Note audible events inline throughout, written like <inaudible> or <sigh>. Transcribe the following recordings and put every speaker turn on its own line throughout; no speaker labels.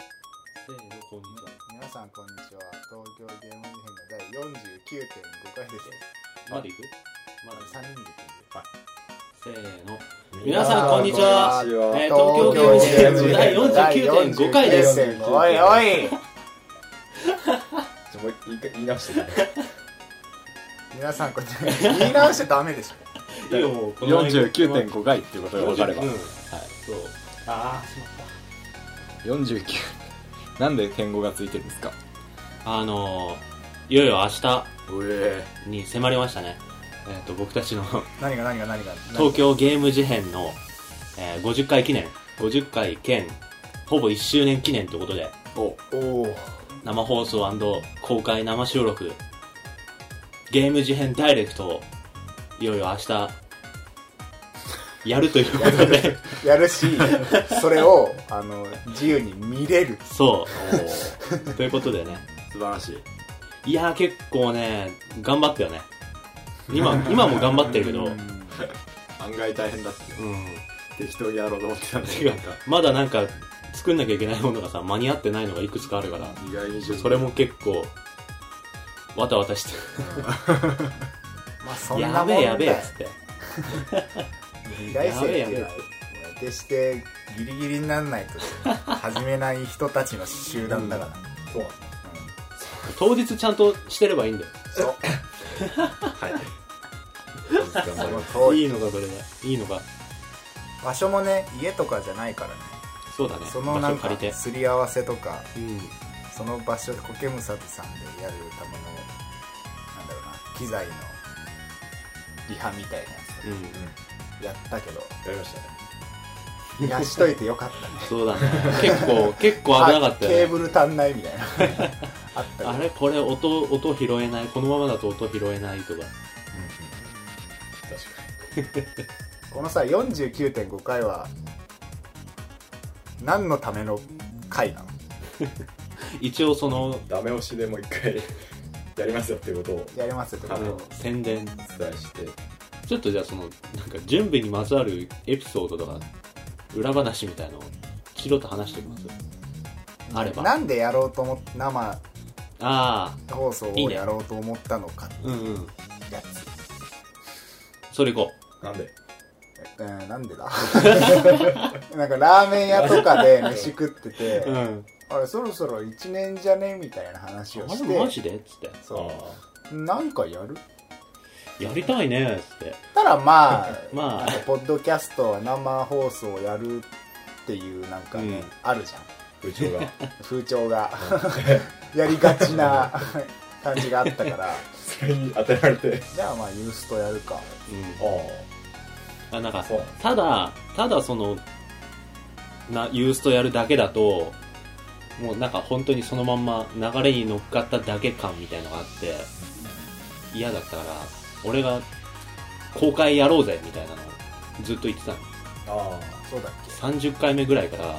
せーのこんにちは
皆さんこんにちは東京ゲーム事変の第49.5回です
まだいくまだいく
3人で
せーの
組んで
皆さんこんにちは
皆さんこんに
えー東
ち
京ゲーム事変の第49.5回です
49.5おいおい
ちょもう一回言い直してね
皆さんこんにちは言い直しちゃダメでしょ
いいよもうこの前
49.5回っていうことが分かれば
うんはいそうああしまっ
49なんで点5がついてるんですか
たあのー、いよいよ明日
うえ
に迫りましたねえっ、と僕たちの <laughs>
何が何が何が
東京ゲーム事変の、えー、50回記念50回兼ほぼ1周年記念ということで
お
おおー
生放送公開生収録ゲーム事変ダイレクトをいよいよ明日やるということで
やるしそれをあの自由に見れ
<laughs>
る
そ
お
うということでね
素晴らしい
いやー結構ね頑張ったよね今今も頑張ってるけど、う、
うんん
案外大変だったね適当にやろうと思ってたんだ
て
けど
かまだなんか作んなきゃいけないものがさ間に合ってないのがいくつかあるから
意外に
それも結構わたわたして
まあ
「
そんな
や
もん
べえやべえ」
だ
っ
よ
つって
二大生って
やべえやべえ
決してギリギリにならないと始めない人たちの集団だから、
そう
当日ちゃんとしてればいいんだよ
<laughs>
はい
うんその通
い
り
いのかそれでいいのか
場所もね家とかじゃないからね
そうだね
そのなん
場所
か
借りて
すり合わせとか
うん
その場所コケムサトさんでやるためのなんだろうな機材のリハみたいなや
うん、
つ、やった
<laughs>
けど
やりましたね
いやしといてよかったね
そうだね結 <laughs> 構結構危なかった
あケー
よね
ブル足んないみたいな <laughs> あったけど
あれこれ音音拾えないこのままだと音拾えないとか
確か
このさ49.5回は何のための回なの
一応その
にダメ押しでもう一回 <laughs> やりますよっていうことを
やりますってこ
あ
と
の宣伝
お伝えして
ちょっとじゃあそのなんか準備にまつわるエピソードとか裏話みたいのをチロと話しておきますあればあ
なんでやろうと思って生
あ
放送
いい
を
ね
やろうと思ったのか
うんうん
やつ
それ行こ
なんで
えーなんでだ <laughs> なんかラーメン屋とかで飯食ってて、
ううん
あれそろそろ1年じゃねみたいな話を
あ
し
れマジ
て
でっつって
そ何かやる
「やりたいね」っつって
たらまあ
<laughs> まあ
なんかポッドキャストは生放送をやるっていうなんかね、
うん
あるじゃん
部長が <laughs>
風潮がやりがち
<laughs>
な感じがあったから
それに当てられて
じゃあまあユーストやるか
う
あ
んあなんか
そう
ただただそのなユーストやるだけだともうなんか本当にそのまんま流れに乗っかっただけ感みたいのがあって嫌だったから俺が公開やろうぜみたいなのをずっと言ってたの
あ
そうだっけ
30回目ぐらいから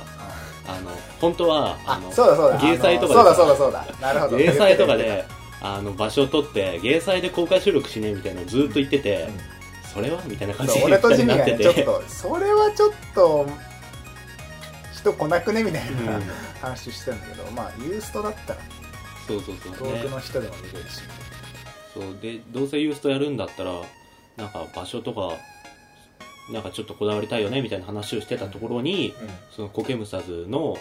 あの本当はあ
あ
の
そうだそうだ
芸祭とか
あの
でさ
そうだそうだそうだなるほど
芸祭とかであの場所を取って芸祭で公開収録しねみたいなのをずっと言ってて、
うん
それはみたいな感じ
そう
に
俺とジミ
な
ーが
って
ね
て
ちょっとそれはちょっと人来なくねみたいな
うん
話してたんだけどまあユーストだったら
そうそうそう
遠くの人でも見れるし
そうでどうせユーストやるんだったらなんか場所とかなんかちょっとこだわりたいよねみたいな話をしてたところに
あうん
そのコケムサズの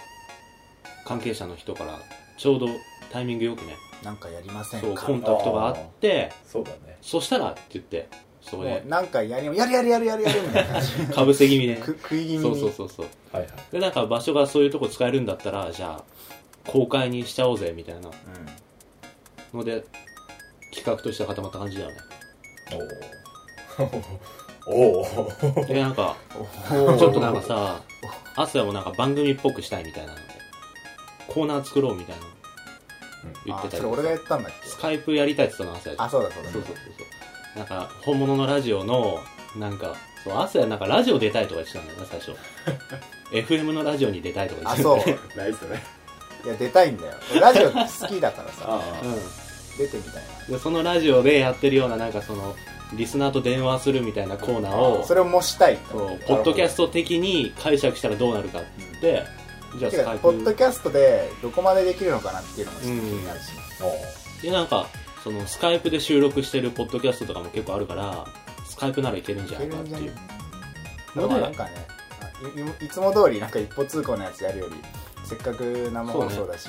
関係者の人からちょうどタイミングよくね
なんかやりませ
そ
ん
う
か
コンタクトがあって
そうだね
そしたらって言ってそこ
も
で
うなんかやりやるやるやるやるやるみたいな感じ
かぶせ気味で、
く食い気味に
そうそうそうそう
はいはい
でなんか場所がそういうとこ使えるんだったらじゃあ公開にしちゃおうぜみたいな
うん
ので企画としては固まった感じだよね
おおおお
<laughs>
でなんか
ちょ
ちょっとなんかさ、朝もなんか番組っぽくしたいみたいなので、コーナー作ろうみたいなの言ってた
そ
り
れ
とか
俺が言ったんだっけ
スカイプやりたいって言ったの、朝や。
あそうだそうだ
そうそうそうそう。なんか、本物のラジオの、なんか、そう、朝やなんかラジオ出たいとか言ってたんだよな、最
<laughs>
初。FM のラジオに出たいとか言
あ
って
そう
ないっすね
いや出たいんだよラジオ好きだからさ
あ
た。
出てみたい
うん。で、そのラジオでやってるような、なんかその、リスナーと電話するみたいなコーナー
な
を、
それを模したい
そうポッドキャスト的に解釈したらどうなるかって言って、じゃあ
け
ス
ど
カイ
ポッド
プ
キャストでどこまでできるのかなっていうのもちょっと気になるし、
でなんかそのスカイプで収録してるポッドキャストとかも結構あるからスカイプならいけるんじゃないかっていう
だからなんかねあいいいつも通りなんか一歩通行のやつやるよりせっかく生放送だし、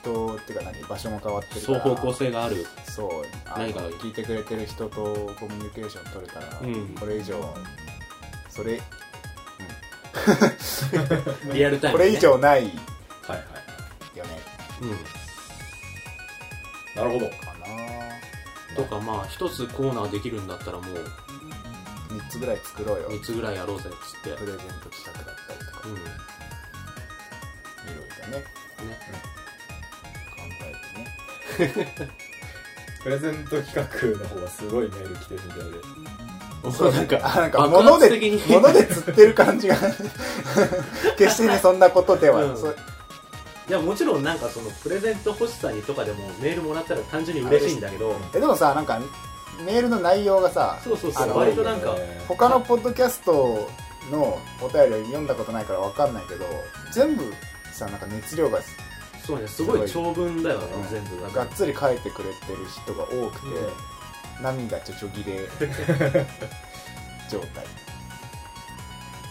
人っていうか何場所も変わってるか
双
ら
方向性がある
そうあの
何か
聞いてくれてる人とコミュニケーション取れたら、
うん
これ以上それ
リアルタイ
<laughs> こ
ム、ね、
れ以上ない
はいは
よね
うん
いなるほど
かな
とかまあ一つコーナーできるんだったらもう
3つぐらい作ろうよ
3つぐらいやろうぜっつって
プレゼント企画だったりとか
うん
いろいろね
ね
考えてね
プレゼント企画の方がすごいメール来てるみたいで
そうなんか
あなんか
<laughs> 爆
物
発
で
的に
物で釣ってる感じが <laughs> 決してねそんなことでは、
うん
そ
<laughs> いやもちろんなんかそのプレゼント欲しさにとかでもメールもらったら単純に嬉しいんだけど
えでもさなんかメールの内容がさ
そうそう
あ
そう
の
割となんか
他のポッドキャストのお便りを読んだことないからわかんないけど全部さなんか熱量が
そうねすごい長文だよね
うん
全部だ
が
か
っつり書いてくれてる人が多くて、
うん
涙ちょちょぎれ
<laughs>
状態
ス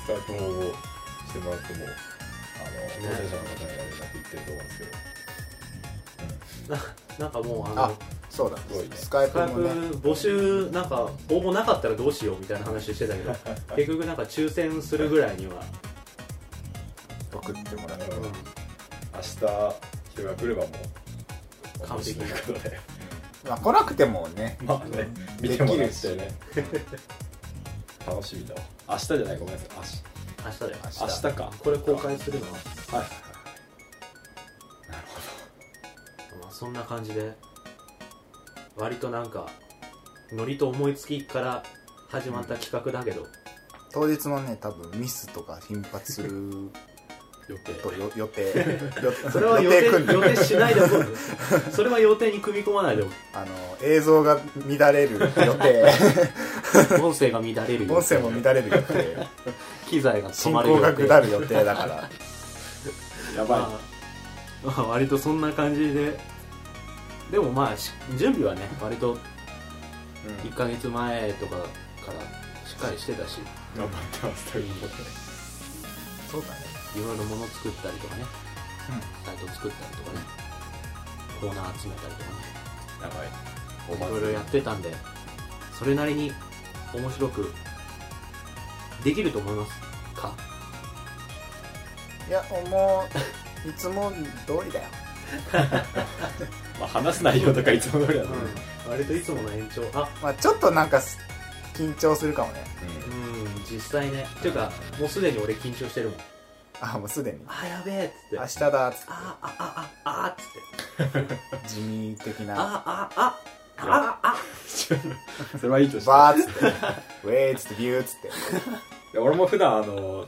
カイプの方をしてもらってもあの
ね
当選者の方にあれだって言ってると思うんですけど
らななんかもうあ
あ
の
そうだ、
すごいね
スカイ
ス
プ
カイ
も
プ
ね
募集なんか応募なかったらどうしようみたいな話してた
<laughs>
けど結局なんか抽選するぐらいには
送ってもらって
うん
明日人が来ればもう
完璧
ということで
まあ来なくてもね
まあね見てもらってね楽しみだわ明日じゃないごめんなさい
明日だよ
明日明日か
これ公開するのは
はいはい
まあそんな感じで割となんかノリと思いつきから始まった企画だけど
当日もね多分ミスとか頻発する
予定
とよ予定
<laughs>
よ
それは予定
組んで
予定し
<laughs>
ないでおこうそれは予定に組み込まないでおこ
あの映像が乱れる予定
う音声が乱れる
音声も乱れる予定
機材が止
進
まる予
行
定
が下る予定だから
やばい
まあ、まあ割とそんな感じででもまあし準備はね割と
うん
1ヶ月前とかからしっかりしてたし
頑張ってますということで
そうだね
いろいろ物作ったりとかねサイト作ったりとかねコーナー集めたりとかね
やばい
いろいろやってたんでそれなりに面白くできると思いますか
いやもういつも通りだよ
まあ話す内容とかいつも通りだね
割といつもの延長あ
まあちょっとなんかす緊張するかもね
うん実際ねっていうかもうすでに俺緊張してるもん
あもうすでに
あやべえっつって
明
あ
日だっつっ
あああああっつって
て地味的な
あああああ
うんそれはいいとして
バーっつってウェーっつってビューっつって
いや俺も普段あの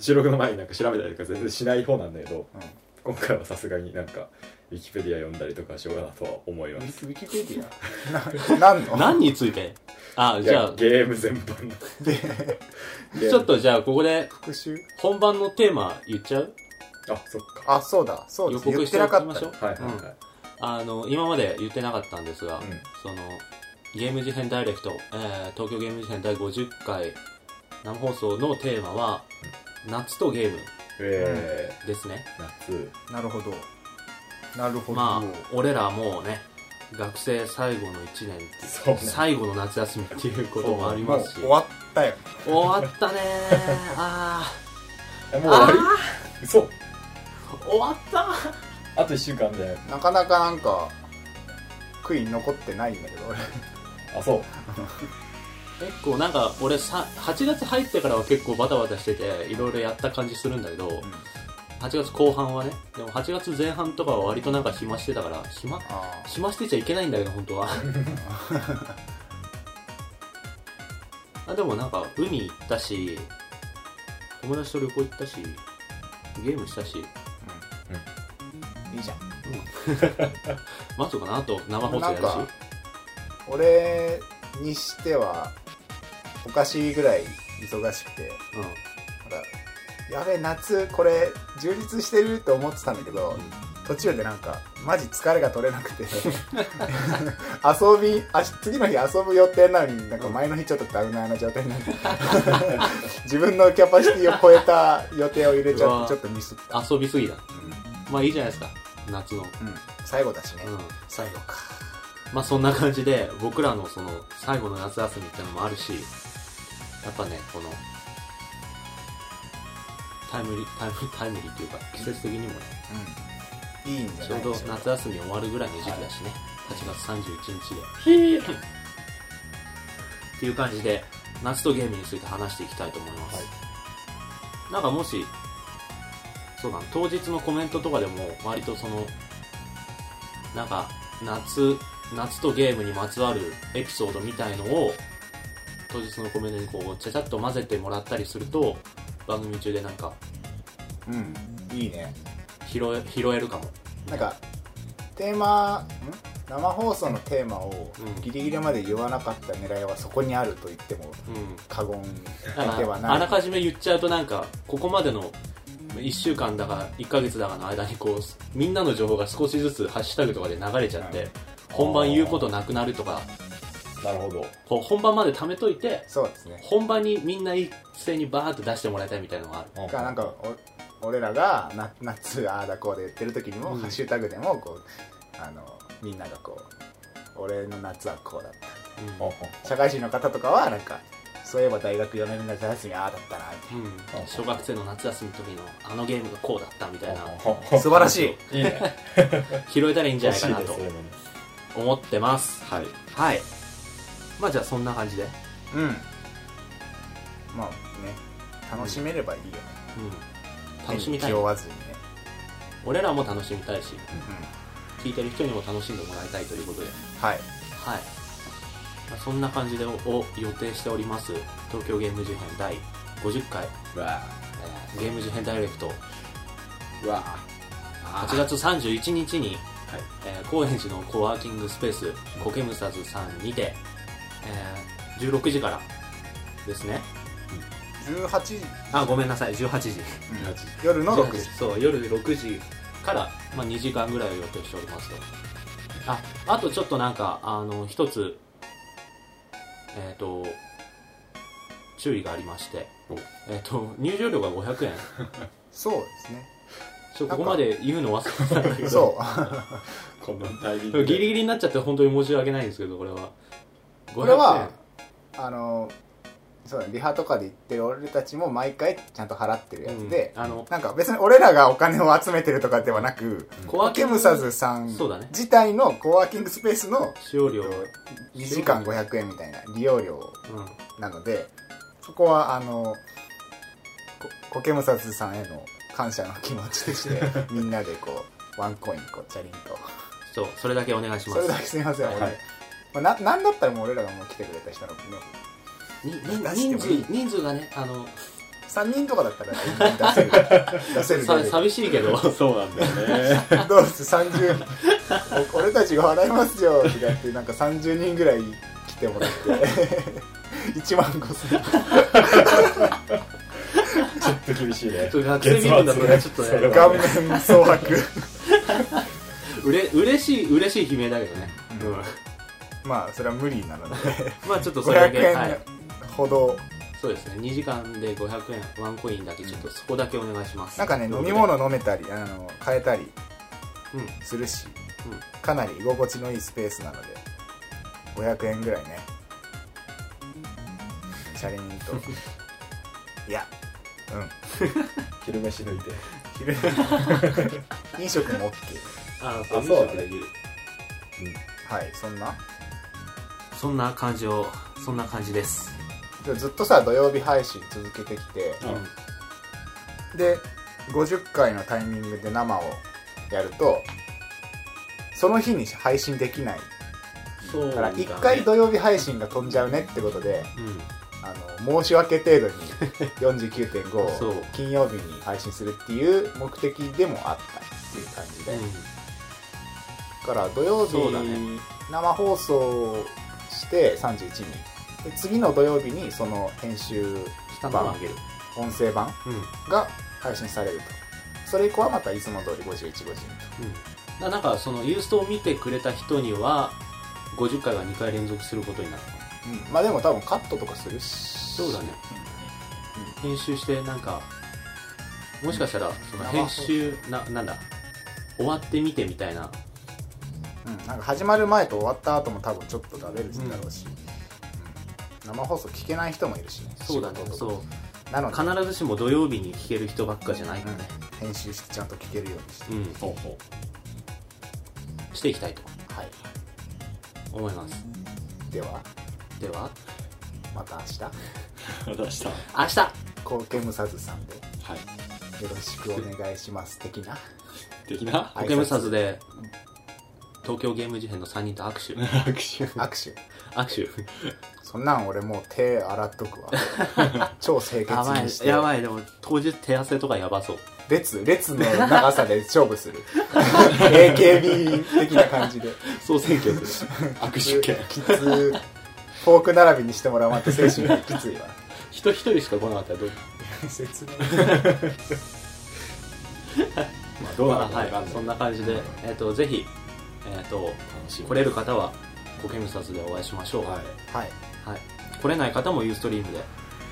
収録の前になんか調べたりとか全然しない方なんだけど、
うん
今回はさすがになんかウィキペディア読んだりとかしようかなとは思い
ウ
ます
ィキペディアな何の
何についてあ
い
じゃ
や
あ
ゲーム全般の
ちょっとじゃあここで
復習
本番のテーマ言っちゃう
あそっか
あそうだそう
予
です
告
言っ
しててお
なか
き
っ
ま
た
しょ
ね
う
はいはいはい、
あの今まで言ってなかったんですが、
うん
そのゲーム事変ダイレクト、えー東京ゲーム事変第50回生放送のテーマは、夏とゲーム
え
ですね
ー、夏
なるほどなるほど、
まあ俺らもうね学生最後の1年っていう
そうね
最後の夏休みっていうこともあり
も
ま
う
すし
終わったよ
終わったねーあ
えも
ー
う終わ
あ
り嘘
ー終わった
あと1週間で
なかなかなんか悔い残ってないんだけど俺
あそう
結構なんか俺さ8月入ってからは結構バタバタしてていろいろやった感じするんだけど、8月後半はねでも8月前半とかは割となんか暇してたから暇
あ
暇してちゃいけないんだけど本当
<laughs>
はあでもなんか海行ったし友達と旅行行ったしゲームしたし
あいいじゃん
待つかなあと生放送やるし
なんか俺にしてはおかしいぐらい忙しくて
うん
ほらやべえ夏これ充実してると思ってたんだけど、途中でなんかマジ疲れが取れなくて遊びあし次の日遊ぶ予定なのになんか前の日ちょっとダウナーな状態になって自分のキャパシティを超えた予定を入れち
う
ゃっ
わ
てちょっとミスった、
遊びすぎだ。
う
まあいいじゃないですか。夏の。
んうん最後だしね、
うん。
最後か
まあそんな感じで、僕らのその、最後の夏休みってのもあるし、やっぱね、この、タイムリー、タイムリー、タイムリーっていうか、季節的にもね、
うんいいんじゃ
ちょ
な
う
いで
ど
しょうか
夏休み終わるぐらいの時期だしね、8月31日で。っていう感じで、夏とゲームについて話していきたいと思います。なんかもし、そうだな、当日のコメントとかでも、割とその、なんか、夏、夏とゲームにまつわるエピソードみたいのを、当日のコメントにこう、ちゃちゃっと混ぜてもらったりすると、番組中でなんか、
うんいいね
拾え、拾えるかも。
なんかテーマん生放送のテーマを
うん
ギリギリまで言わなかった狙いはそこにあると言っても
うん。
過言
だか
では
らあ
な
ら
い
かじめ言っちゃうとなんかここまでの1週間だか1ヶ月だかの間にこうみんなの情報が少しずつハッシュタグとかで流れちゃって、
はい
本番言うことなくなるとか
なるほど
こう本番まで貯めといて
そうですね
本番にみんな一斉にバーッと出してもらいたいみたいなのがある
あ
かなんかお俺らがな夏ああだこうで言ってる時にも、
うん
ハッシュタグでもこうあのみんながこう俺の夏はこうだった
う
あ
ん、
社会人の方とかはなんかそういえば大学4年の夏休みああだったなみたい
うん小学生の夏休みの時のあのゲームがこうだったみたいな
な <laughs> 素晴らしい
いいね
拾えたらいいんじゃ
欲
ないか
しい
な
です
と
そういうのね
思ってます
はい
はいまあじゃあそんな感じで
うんまあね楽しめればいいよね、
うん楽しみたい
気負わずにね、
俺らも楽しみたいし
うん
聞いてる人にも楽しんでもらいたいということで、
はい
はい。まあそんな感じでをを予定しております、東京ゲーム事変第50回、
うわ
えーゲーム事変ダイレクト、
ーうわ
8月31日に、
はい
えー高円寺のコワーキングスペース、コケムサズさんにて、えー16時からですね。
18時、
あ、ごめんなさい、18時。
うん夜の6時
そう夜6時から、まあ、2時間ぐらいを予定しておりますとああとちょっとなんかあの一つえっ、と注意がありまして
お
えっ、と入場料が500円
そうですね
<laughs> ちょここまで言うの忘れてたんだけど
そう
このタイミ
<laughs> ギ
ング
リギリになっちゃって本当に申し訳ないんですけどこれは
これはあのそうだねリハとかで行ってる俺たちも毎回ちゃんと払ってる
500
や
円
つで、
うんあの
なんか別に俺らがお金を集めてるとかではなく、
小
ワ
分
ケ
け
ムサズさん
そうだね
自体のコワーキングスペースの
使用料、うん、
2時間500円みたいな利用料なのでそこはあのこコケムサズさんへの感謝の気持ちとして
<laughs>
みんなでこうワンコインこうチャリンと
そうそれだけお願いしま
それだ
す
けすみません、
はい
俺まあ、ななんだったらもう俺らがもう来てくれた人のね
に
出
に
して
人
もいい
数人数がねあの
3人とかだったら全然
<laughs>
出せる出せ
さ
る
寂しいけど
<laughs> そうなんだよ
<laughs>
ね
どうす30お俺たちが払いますよとか言ってなんか30人ぐらい来てもらって <laughs> 1万5000
<laughs>
ちょっと厳しいね
<laughs> ちょっと学生身分だとねちょっとね
それは
顔面蒼白 <laughs>
うれ嬉しい嬉しい悲鳴だけどね、
うん
うん
まあそれは無理なので
まあちょっ <laughs> とそれだ
500
け、はい
円、ほど
そうですね2時間で500円ワンコインだけちょっとそこだけお願いします
なんかね飲み物飲めたりあの買えたり
うん
するし
うん
かなり居心地のいいスペースなので500円ぐらいねチャリン
<laughs>
といやうん
昼飯抜いて
昼 <laughs> 飲食も OK
あ
あ
そ
そうう
だ
だ
ね
ね
はいそんな
そんな感じをそんな感じです
でずっとさ土曜日配信続けてきて
うん
で50回のタイミングで生をやるとその日に配信できない
そう
から1回
ど
土曜日配信が飛んじゃうねってことで
うん
あの申し訳程度に49.5
そう
を金曜日に配信するっていう目的でもあったっていう感じで、だから土曜日
そうだね
生放送して31にで次の土曜日にその編集
下のを上げる
音声版
うん、うん
が配信されるとそれ以降はまたいつも通り5150
だなんかそのユーストを見てくれた人には50回は2回連続することになる
うんまあでも多分カットとかするし
そうだね編集してなんかもしかしたらその
生
編集ななんだ終わってみてみたいな
うん、なんか始まる前と終わった後も多分ちょっと食べるだろうし、うん生放送聞けない人もいるしね
そうだね
仕事とか
そ
なので
う必ずしも土曜日に聴ける人ばっかじゃないからね
編集してちゃんと聞けるようにして、
うん
ほうほ
していきたいと
はい
思います
では
では
また明日
う。 <laughs> 出した。は
明日
貢献むさずさんでよ
い。
ろしくお願いします的な
的な
ポケムサズで東京ゲーム事変の3人と握 <laughs> 手
握手。
握手
握手
そんなん俺もう手洗っとくわ
<laughs>
超清潔
やば
に
い
して
やばいでも当日手汗とかやばそう
列列の長さで勝負する <laughs> AKB 的な感じで
総選 <laughs> 挙する
握手券。
きつフォーク並びにしてもらうまって精神が
<laughs>
きついわ
人一人しか来なかったらどう
説明
まあ、どうなるか
は
わか
い
んない。
そんな感じで、えっとぜひ、えっと
楽しみ
来れる方はコケムサズでお会いしましょう、
は。
はい
はい
い来れない方もユーストリームで、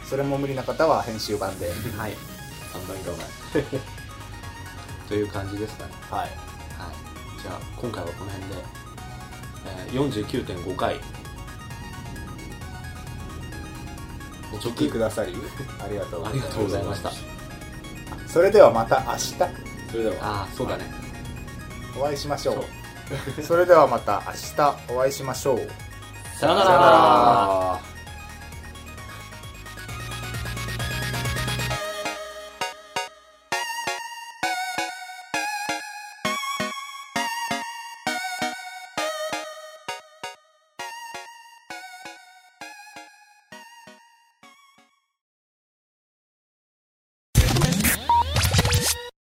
それも無理な方は編集版で
はい、
判断がない。
<laughs> という感じですかね、
はい
はい、じゃあ今回はこの辺で、えー、49.5回お
お聞きくださりありがとうご
あ
ざ
り
いま
がとうございました
すそれではまた明日
それでは。
ああそうだね、
お会いしましょうそれではまた明日お会いしましょう
さよなら
さよなら
あー。